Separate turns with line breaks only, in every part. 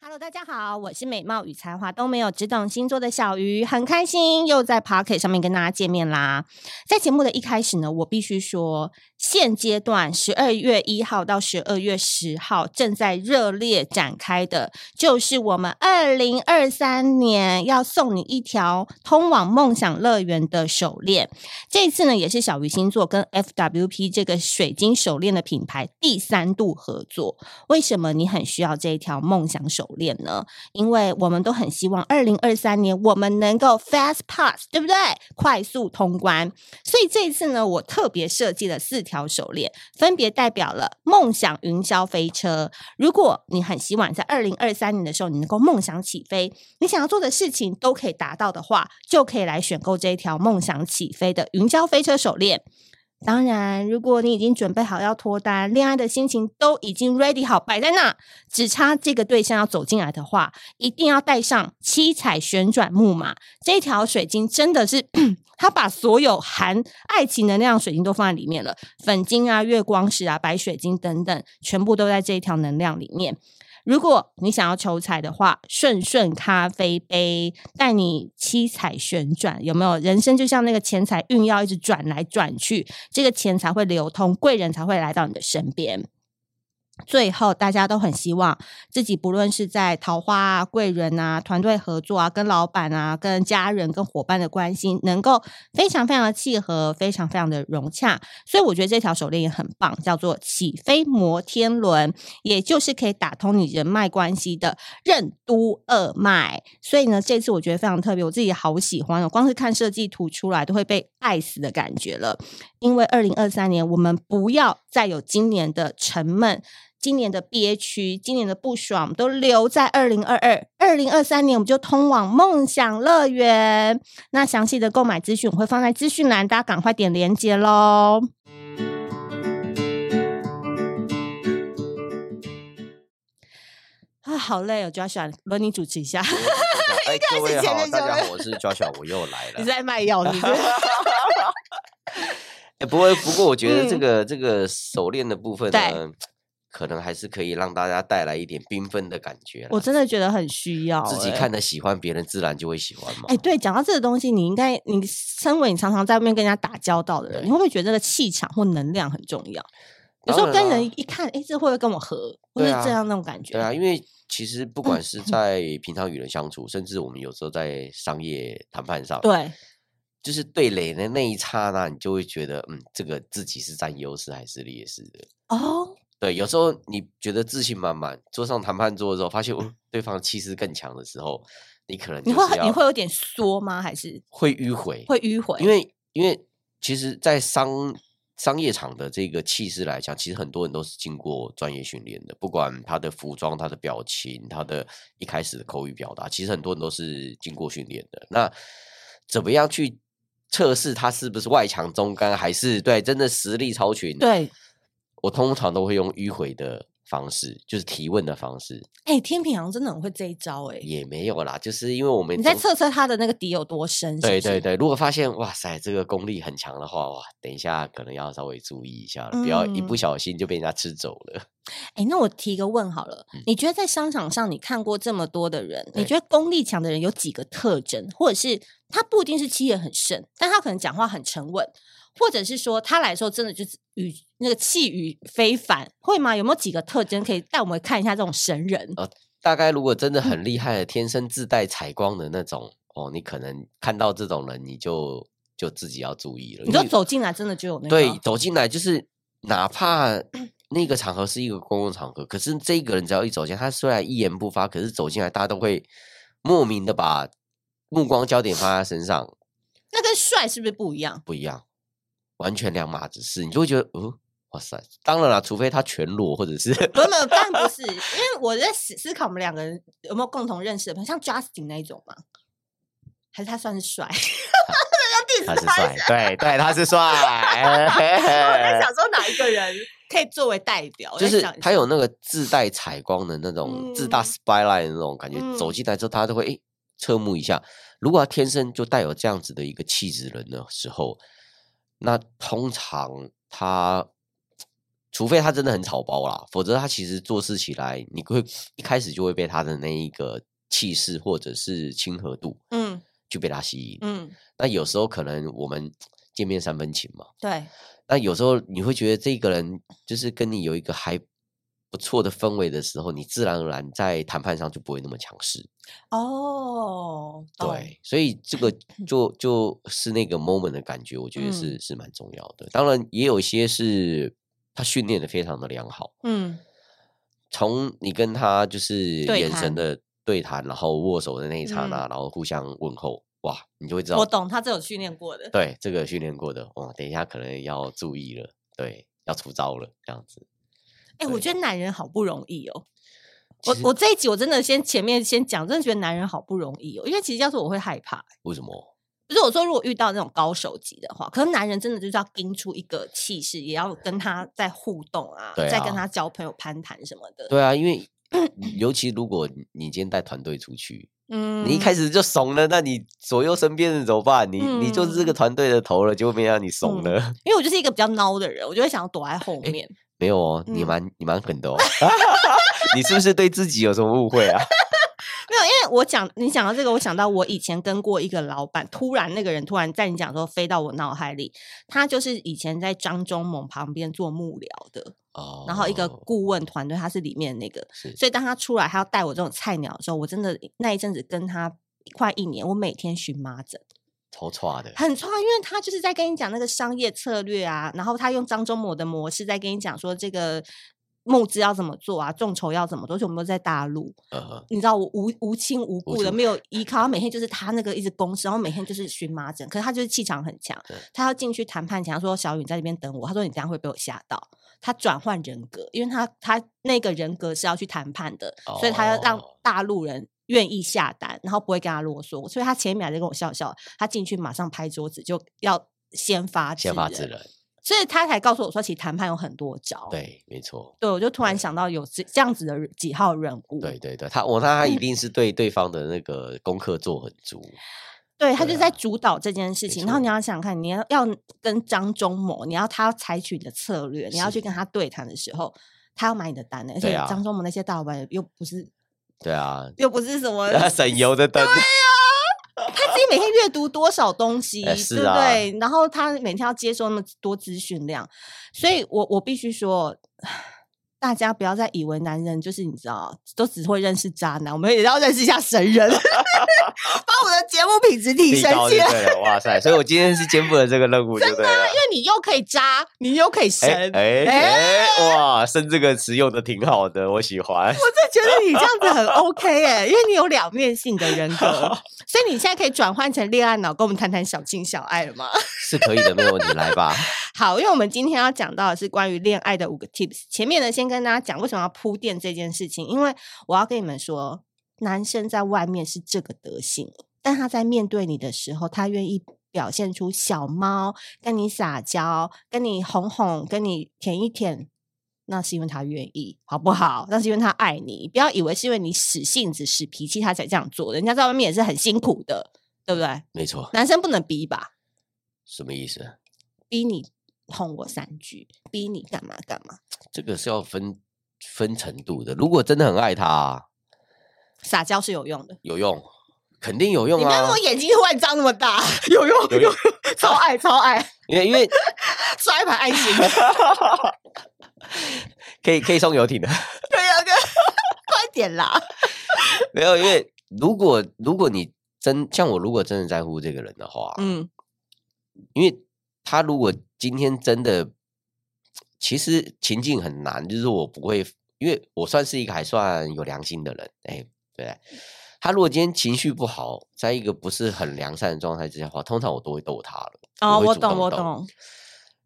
Hello，大家好，我是美貌与才华都没有，只懂星座的小鱼，很开心又在 Pocket 上面跟大家见面啦。在节目的一开始呢，我必须说，现阶段十二月一号到十二月十号正在热烈展开的，就是我们二零二三年要送你一条通往梦想乐园的手链。这次呢，也是小鱼星座跟 FWP 这个水晶手链的品牌第三度合作。为什么你很需要这一条梦想手链呢？因为我们都很希望二零二三年我们能够 fast pass，对不对？快速通关。所以这一次呢，我特别设计了四条手链，分别代表了梦想云霄飞车。如果你很希望在二零二三年的时候你能够梦想起飞，你想要做的事情都可以达到的话，就可以来选购这一条梦想起飞的云霄飞车手链。当然，如果你已经准备好要脱单，恋爱的心情都已经 ready 好摆在那，只差这个对象要走进来的话，一定要带上七彩旋转木马这条水晶，真的是 它把所有含爱情能量的水晶都放在里面了，粉晶啊、月光石啊、白水晶等等，全部都在这一条能量里面。如果你想要求财的话，顺顺咖啡杯带你七彩旋转，有没有？人生就像那个钱财运要一直转来转去，这个钱才会流通，贵人才会来到你的身边。最后，大家都很希望自己不论是在桃花啊、贵人啊、团队合作啊、跟老板啊、跟家人、跟伙伴的关系，能够非常非常的契合，非常非常的融洽。所以我觉得这条手链也很棒，叫做起飞摩天轮，也就是可以打通你人脉关系的任督二脉。所以呢，这次我觉得非常特别，我自己好喜欢哦，光是看设计图出来都会被爱死的感觉了。因为二零二三年，我们不要再有今年的沉闷。今年的憋屈，今年的不爽，都留在二零二二、二零二三年，我们就通往梦想乐园。那详细的购买资讯我会放在资讯栏，大家赶快点连接喽。啊，好累哦，Joshua，轮你主持一下。
哎，各位
前
好，
面
大
就
家好，我是 Joshua，我又来
你
了。
在卖药， 你是
哎，不过不过，我觉得这
嗯
个、这个手链的部分
对
呢，可能还是可以让大家带来一点缤纷的感觉啦。
我真的觉得很需要、
自己
哎
看的喜欢，别人自然就会喜欢嘛。
哎、对，讲到这个东西，你应该，你身为你常常在外面跟人家打交道的人，你会不会觉得这个气场或能量很重要？有时候
当然
跟人
啦
一看，哎、这会不会跟我合，或
对
是
啊
这样那种感觉？
对啊，因为其实
嗯
不管是在平常与人相处，甚至我们有时候在商业谈判上，
对
就是对垒的那一刹那，你就会觉得，嗯，这个自己是占优势还是劣势的。
哦，
对，有时候你觉得自信满满，坐上谈判桌的时候，发现、哦对方气势更强的时候，你可能
你
就是
会你
要
会有点缩吗？还是
会迂回，
会迂回？
因为因为其实，在商商业场的这个气势来讲，其实很多人都是经过专业训练的，不管他的服装、他的表情、他的一开始的口语表达，其实很多人都是经过训练的。那怎么样去测试他是不是外强中干，还是对真的实力超群？
对，
我通常都会用迂回的方式，就是提问的方式，
哎、天平好像真的很会这一招、哎，
也没有啦，就是因为我们
你再
中
测测他的那个底有多深是不
对
是？
对对，如果发现哇塞这个功力很强的话，哇，等一下可能要稍微注意一下了，不要一不
嗯
小心就被人家吃走了。
哎、那我提一个问好了，你觉得在商场上你看过这么多的人，你
嗯对
觉得功力强的人有几个特征，或者是他不一定是气也很盛，但他可能讲话很沉稳，或者是说他来说真的就是语那个气宇非凡，会吗？有没有几个特征可以带我们看一下这种神人？
大概如果
嗯
真的很厉害的，天生自带采光的那种哦，你可能看到这种人，你就就自己要注意了。
你
因
就
为
走进来，真的就有那个
对，走进来就是哪怕
嗯
那个场合是一个公共场合，可是这个人只要一走进来，他虽然一言不发，可是走进来大家都会莫名的把目光焦点放在他身上，
那跟帅是不是不一样？
不一样，完全两码子事，你就会觉得哦。哇塞！当然啦，除非他全裸，或者是
不没有，当然不是，因为我在思思考我们两个人有没有共同认识的朋友，像 Justin 那一种吗？还是他算是帅？
他是帅，对对，他是帅，
想说哪一个人可以作为代表，我
呃就
在
是
想一
他
下
有那个自带采光的那种、自带
嗯
spotlight 的那种感觉，走
嗯
进来之后大家都会诶侧目一下。如果他天生就带有这样子的一个气质人的时候，那通常他除非他真的很草包啦，否则他其实做事起来，你会一开始就会被他的那一个气势或者是亲和度
嗯
就被他吸引。
嗯，
那有时候可能我们见面三分情嘛，
对，
那有时候你会觉得这个人就是跟你有一个还不错的氛围的时候，你自然而然在谈判上就不会那么强势。
哦，嗯懂，
对，所以这个就就是那个 moment 的感觉，我
嗯
觉得是、是蛮重要的。当然，也有一些是他训练的非常的良好，
嗯
从你跟他就是
对
眼
谈
神的对谈，然后握手的那一刹
嗯
那，然后互相问候，哇，你就会知道
我，懂，他这有训练过的。
对，这个训练过的，哦，等一下可能要注意了，对，要出招了，这样子。
哎、我
对
觉得男人好不容易哦。
其
我
实
我这一集我真的先前面先讲，真的觉得男人好不容易哦，因为其实要是我会害怕、
为什么？
不是我说，如果遇到那种高手级的话，可是男人真的就是要盯出一个气势，也要跟他在互动啊，
对
再跟
啊
他交朋友、攀谈什么的。
对啊，因为尤其如果你今天带团队出去，
嗯
你一开始就怂了，那你左右身边的人怎么办？你你就是这个
嗯
团队的头了，结果没让你怂
嗯
了。
因为我就是一个比较孬的人，我就会想要躲在后
哎
面。
没有哦，你
嗯
蛮你蛮狠的 哦。你是不是对自己有什么误 会啊？
没有，因为我讲你讲到这个，我想到我以前跟过一个老板，突然那个人突然在你讲说飞到我脑海里，他就是以前在张忠谋旁边做幕僚的，
哦
然后一个顾问团队，他是里面那个，
是
所以当他出来，他要带我这种菜鸟的时候，我真的那一阵子跟他快一年，我每天荨麻疹，
头歘的，
很啊差，因为他就是在跟你讲那个商业策略啊，然后他用张忠谋的模式在跟你讲说这个募资要怎么做啊，众筹要怎么做，而且我们都在大陆，
呃，
你知道我无无亲无故的，
亲
没有依靠，他每天就是他那个一直公司，然后每天就是荨麻疹，可是他就是气场很强
对，
他要进去谈判前他说小雨你在那边等我，他说你等下会被我吓到，他转换人格，因为他他那个人格是要去谈判的，所以他要让
哦
大陆人。愿意下单，然后不会跟他啰嗦，所以他前一秒就跟我笑笑，他进去马上拍桌子就要先发制
先发制
人
人，
所以他才告诉我说，其实谈判有很多招。
对，没错，
对，我就突然想到有这这样子的人几号人物，
对对对，他我那他一定是对对方的那个功课做很足，
对他
对
就是在
啊
主导这件事
没
情，然后你
错
要想想看，你要要跟张忠谋，你要他要采取你的策略，你要去跟
是
他对谈的时候，他要买你的单的，而
对
且
啊
张忠谋那些大老板又不是
对啊，，
又不是什么
省油的灯，
他自己每天阅读多少东西，
哎是
对不
啊
对？然后他每天要接受那么多资讯量，所以我我必须说。大家不要再以为男人就是你知道，都只会认识渣男，我们也要认识一下神人， 把我们的节目品质提
提
升
高
起
就
来。
对了，哇塞，所以我今天是肩负了这个 任务，就对了。
因为你又可以渣，你又可以神，
哎哎哎，哇，生这个词用的挺好的，我喜欢。
我就觉得你这样子很 OK 哎、因为你有两面性的人格，所以你现在可以转换成恋爱脑，跟我们谈谈小情小爱了吗？
是可以的，没有问题，来吧。
好，因为我们今天要讲到的是关于恋爱的五个 tips。前面呢，先跟大家讲为什么要铺垫这件事情，因为我要跟你们说，男生在外面是这个德性，但他在面对你的时候，他愿意表现出小猫，跟你撒娇，跟你哄哄，跟你舔一舔。那是因为他愿意，好不好？那是因为他爱你，不要以为是因为你使性子、使脾气，他才这样做的。人家在外面也是很辛苦的，对不对？
没错，
男生不能逼吧？
什么意思？
逼你哄我三句，逼你干嘛干嘛，
这个是要分分程度的。如果真的很爱他，
撒娇是有用的。
有用，肯定有用
你不要
啊
看我。眼睛突然张那么大，有用
有
有用
用，
超爱超爱，
因为因为
刷一排爱 心，
可以可以送游艇的，
啊对呀、哥，快点啦！
没有因为如果如果你真像我，如果真的在乎这个人的话，
嗯
因为他如果今天真的，其实情境很难，就是我不会，因为我算是一个还算有良心的人，哎，对不对。他如果今天情绪不好，在一个不是很良善的状态之下的话，通常我都会逗他了。
哦，
会
我
主
懂
动
我
逗
懂，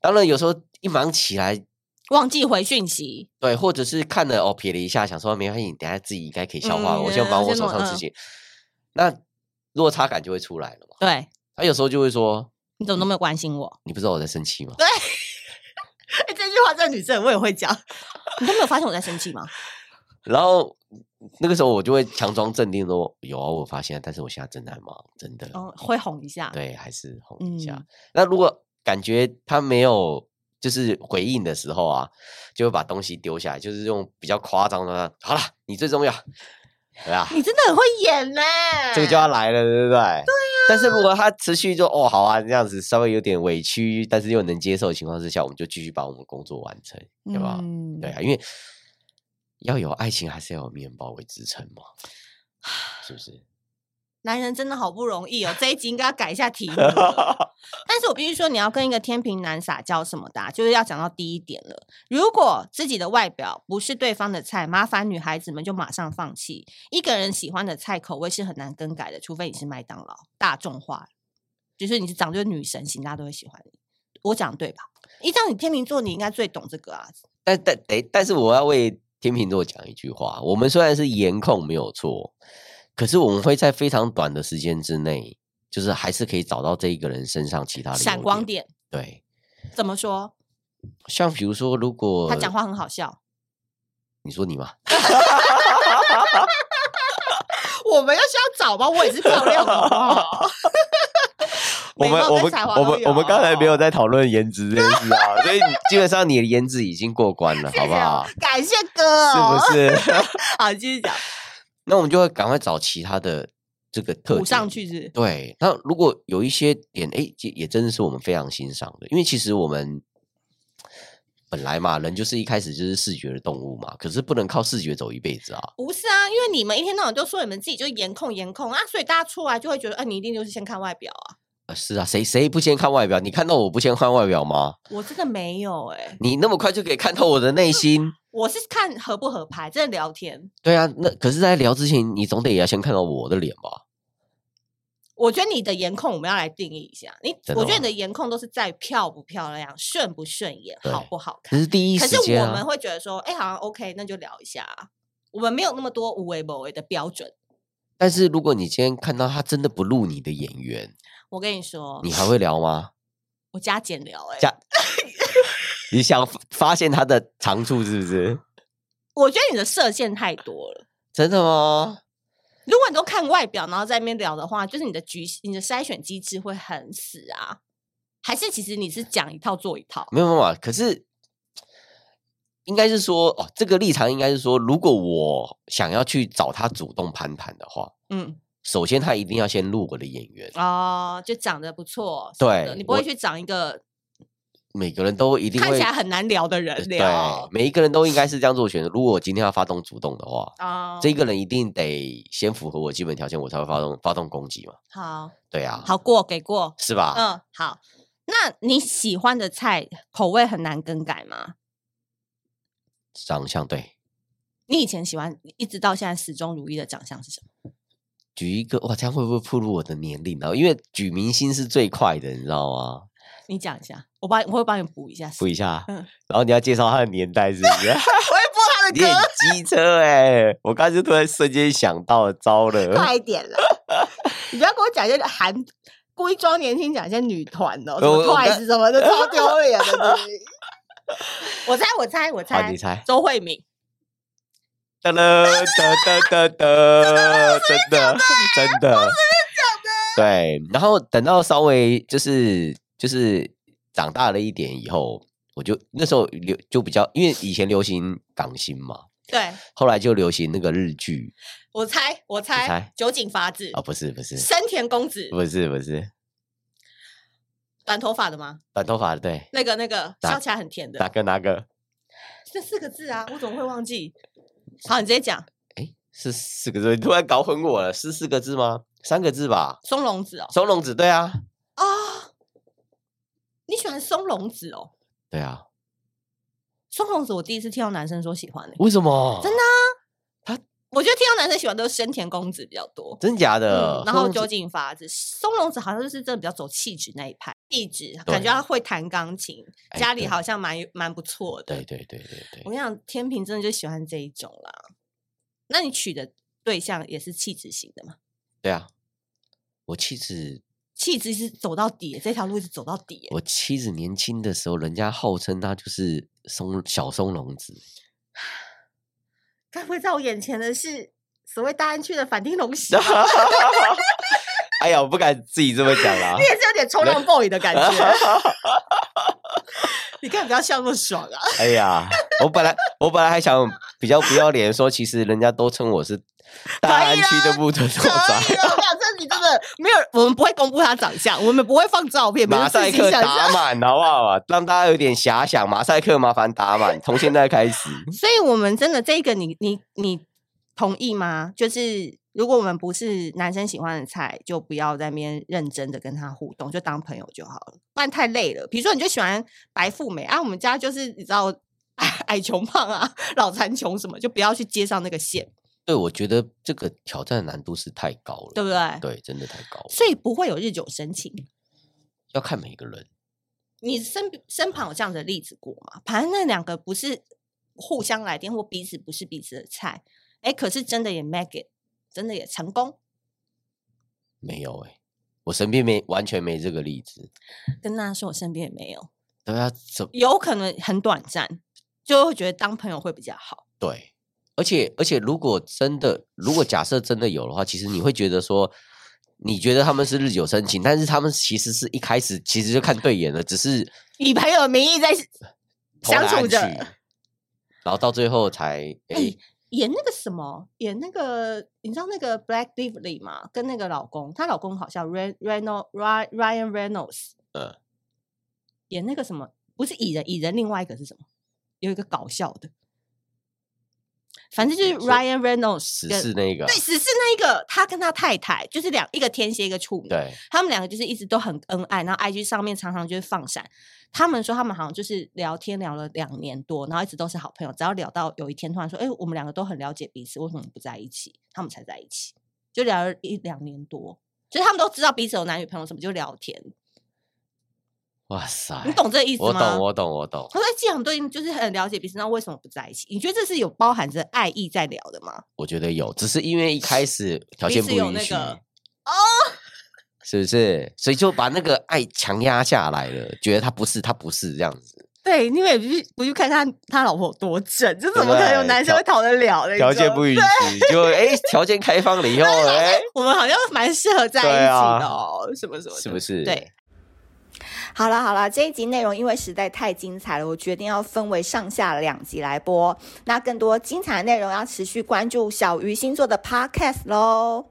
当然有时候一忙起来，
忘记回讯息，
对，或者是看了哦瞥了一下，想说没关系，你等下自己应该可以消化，
嗯
我先忙
我
我
先
手
弄
上
嗯
的事情。那落差感就会出来了嘛。
对
他有时候就会说
你怎么都没有关心 我？：“
你不知道我在生气吗？”
哎、这句话这女生我也会讲， 你都没有发现我在生气吗？
然后那个时候我就会强装镇定地说：“有啊，我发现，但是我现在真的很忙，真的。
哦嗯，会哄一下，
对，还是哄一下。
嗯
那如果感觉他没有就是回应的时候啊，就会把东西丢下来，就是用比较夸张的，好了，你最重要，对啊，
你真的很会演呢、
这个就要来了，对不对？对啊呀、但是如果他持续就哦好啊，这样子稍微有点委屈，但是又能接受的情况之下，我们就继续把我们工作完成，对吧？
嗯
对啊，因为要有爱情，还是要有面包为支撑嘛，是 不是？
男人真的好不容易哦，这一集应该要改一下 题目了。但是我必须说，你要跟一个天平男撒娇什么的啊、就是要讲到第一点了。如果自己的外表不是对方的菜，麻烦女孩子们就马上放弃。一个人喜欢的菜口味是很难更改的，除非你是麦当劳大众化，就是你是长得就是女神型，大家都会喜欢你。我讲对吧？依照你天秤座，你应该最懂这个啊。
但但得，但是我要为天秤座讲一句话：我们虽然是颜控没有错，可是我们会在非常短的时间之内，就是还是可以找到这一个人身上其他的
闪
优
光。点
对，
怎么说？
像比如说，如果
他讲，话很好笑。
你说你嘛，
我们要是要找吧，我也是漂亮的好不好。
我
美
们
貌
我
跟
们
才华
我
都
们我们刚才没
有哦
有在讨论颜值这件事啊，所以你基本上你的颜值已经过关 了，好不好？
感谢哦哥、哦，
是不是？
好，继续讲，
那我们就会赶快找其他的这个特
补
点
上去是不是
对，那如果有一些点，哎，也也真的是我们非常欣赏的，因为其实我们本来嘛，人就是一开始就是视觉的动物嘛，可是不能靠视觉走一辈子啊。
不是啊，因为你们一天到晚都说你们自己就颜控颜控啊，所以大家出来就会觉得，哎、你一定就是先看外表啊。
呃是啊，谁谁不先看外表？你看到我不先看外表吗？
我真的没有哎、
你那么快就可以看透我的内心？
我是看合不合拍，真的聊天。
对啊，那可是，在聊之前，你总得也要先看到我的脸吧？
我觉得你的颜控我们要来定义一下，你
真的
我觉得你
吗
的颜控都是在漂不漂亮、顺不顺眼、
对
好不好
可
看。
是第一
可
时
是
间
我
啊
们会觉得说，哎、好像 OK，那就聊一下啊。我们没有那么多无为不为的标准。
但是如果你今天看到他真的不入你的眼缘，
我跟你说，
你还会聊吗？
我加减聊哎、
加你想发现他的长处是不是？
我觉得你的射线太多了。
真的吗？
如果你都看外表，然后在那边聊的话，就是你的局、你的筛选机制会很死啊。还是其实你是讲一套做一套？
没有办法，可是应该是说哦，这个立场应该是说，如果我想要去找他主动攀谈的话，
嗯，
首先他一定要先入我的眼缘。
哦，就长得不错什么的，
对
你不会
我
去找一个
每个人都一定
看
会呃
起来很难聊的人
对
聊，哦
每一个人都应该是这样做选择。如果我今天要发动主动的话，
啊。
这个人一定得先符合我基本条件，我才会发动发动攻击嘛。
好
对啊，
嗯好过给过，
是吧？
嗯，好。那你喜欢的菜口味很难更改吗？
长相对。
你以前喜欢，一直到现在始终如一的长相是什么？
举一个哇，这样会不会暴露我的年龄啊？因为举明星是最快的，你知道吗？
你讲一下，我帮我会帮你补一下时间。
补一下，
嗯
然后你要介绍他的年代是不 是？
我会播他
你很机车哎、我刚才就突然瞬间想到了，糟 了！
快一点啦！ 你不要跟我讲一些韩，故意装年轻讲一些女团哦，什
呃我
么
我刚
Twice 什么的，超丢脸的。 我猜，我猜，我
好，
猜
你，猜，
周慧敏，
哒啦哒哒哒哒，真的真的，对。然后等到稍微就是就是长大了一点以后，我就那时候流就比较，因为以前流行港星嘛，
对
后来就流行那个日剧
我猜，我
你
猜
猜，
酒井法子
啊、，不是不是
深田公子，
不是不是
短头发的吗？
短头发的，对，
那个那个，
哪
笑起来很甜
哪
的，
个哪个？
这四个字啊，我怎么会忘记？好，你直接讲，
哎，是四个字， 你突然搞混我了，是四个字吗？三个字吧。
松隆子哦，
松隆子，对啊，
啊，你喜欢松隆子哦？
对啊，
松隆子，我第一次听到男生说喜欢呢。
为什么？
真的啊我觉得听到男生喜欢都是深田公子比较多，
真假的
嗯？然后
松隆
酒
子
井法子、松隆子好像就是真的比较走气质那一派，气质感觉
对
他会弹钢琴，
哎
家里
对
好像蛮蛮不错的。
对对对对
我
对，
跟你讲，天平真的就喜欢这一种啦。那你娶的对象也是气质型的嘛？
对啊，我妻子，
气质是走到底耶，这条路是走到底耶。
我妻子年轻的时候，人家号称她就是松小松隆子，
该不会在我眼前的是所谓大安区的反町 隆史吧？
哎呀，我不敢自己这么讲啦
你也是有点冲浪 boy 的感觉。你看比较笑那么爽啊！
哎呀，我本来我本来还想比较不要脸说，其实人家都称我是大
可以
安区
啦
的木村拓
可
哉。
以了，我想这你真的 没有，我们不会公布他长相，我们不会放照片，
马赛克打满好不好啊？让大家有点遐想，马赛克麻烦打满，从现在开始。
所以我们真的这个你，你你同意吗？就是如果我们不是男生喜欢的菜，就不要在那边认真的跟他互动，就当朋友就好了，不然太累了。比如说，你就喜欢白富美啊，我们家就是你知道矮矮穷胖啊， 老残穷什么，就不要去接上那个线，
对，我觉得这个挑战难度是太高了，
对不对？
对，真的太高了，
所以不会有日久生情。
要看每个人。
你身身旁有这样的例子过吗？反正那两个不是互相来电或彼此不是彼此的菜，哎，可是真的也 make it，真的也成功。
没有哎、我身边没完全没这个例子。
跟大家说，我身边也没有，
对啊，怎
有可能很短暂，就会觉得当朋友会比较好。
对？而且而且，如果真的，如果假设真的有的话，其实你会觉得说，你觉得他们是日久生情，但是他们其实是一开始其实就看对眼了，只是
以朋友的名义在
投来
相处着
暗去，然后到最后才哎、
哎演那个什么，演那个你知道那个 Black Lively 吗？跟那个老公，她老公好像 Ren Reno Ryan Ryan Reynolds
呃，
演那个什么，不是蚁人，蚁人另外一个是什么？有一个搞笑的，反正就是
是
Ryan Reynolds
死
跟
是那个啊
对死侍那一个，他跟他太太就是两一个天蝎一个处女，
对
他们两个就是一直都很恩爱，然后 IG 上面常常就是放闪。他们说他们好像就是聊天聊了两年多，然后一直都是好朋友。只要聊到有一天突然说：“哎、我们两个都很了解彼此，为什么不在一起？”他们才在一起，就聊了一两年多，就是他们都知道彼此有男女朋友什么，就聊天。
哇塞，
你懂这个意思吗？
哎我懂，我懂，我懂。
他说：“既然我们都已经就是很了解彼此，那为什么不在一起？你觉得这是有包含着爱意在聊的吗？
我觉得有，只是因为一 开始条
彼
件
此
不
有
允
那
许，
个哦
是不是？所以就把那个爱强压下来了，觉得他不是，他不是这样子，
对，因为不去不去看他他老婆有多正，这
对
怎么可能有
对
男生
条
会讨得了的？你
条
知
件
道
不允许，就哎，条件开放了以后，哎，
我们好像蛮适合在一
对啊
起的哦，什么什么的，
是不是？
对，好了好了，这一集内容因为实在太精彩了，我决定要分为上下两集来播。那更多精彩内容要持续关注小鱼星座的 Podcast 喽。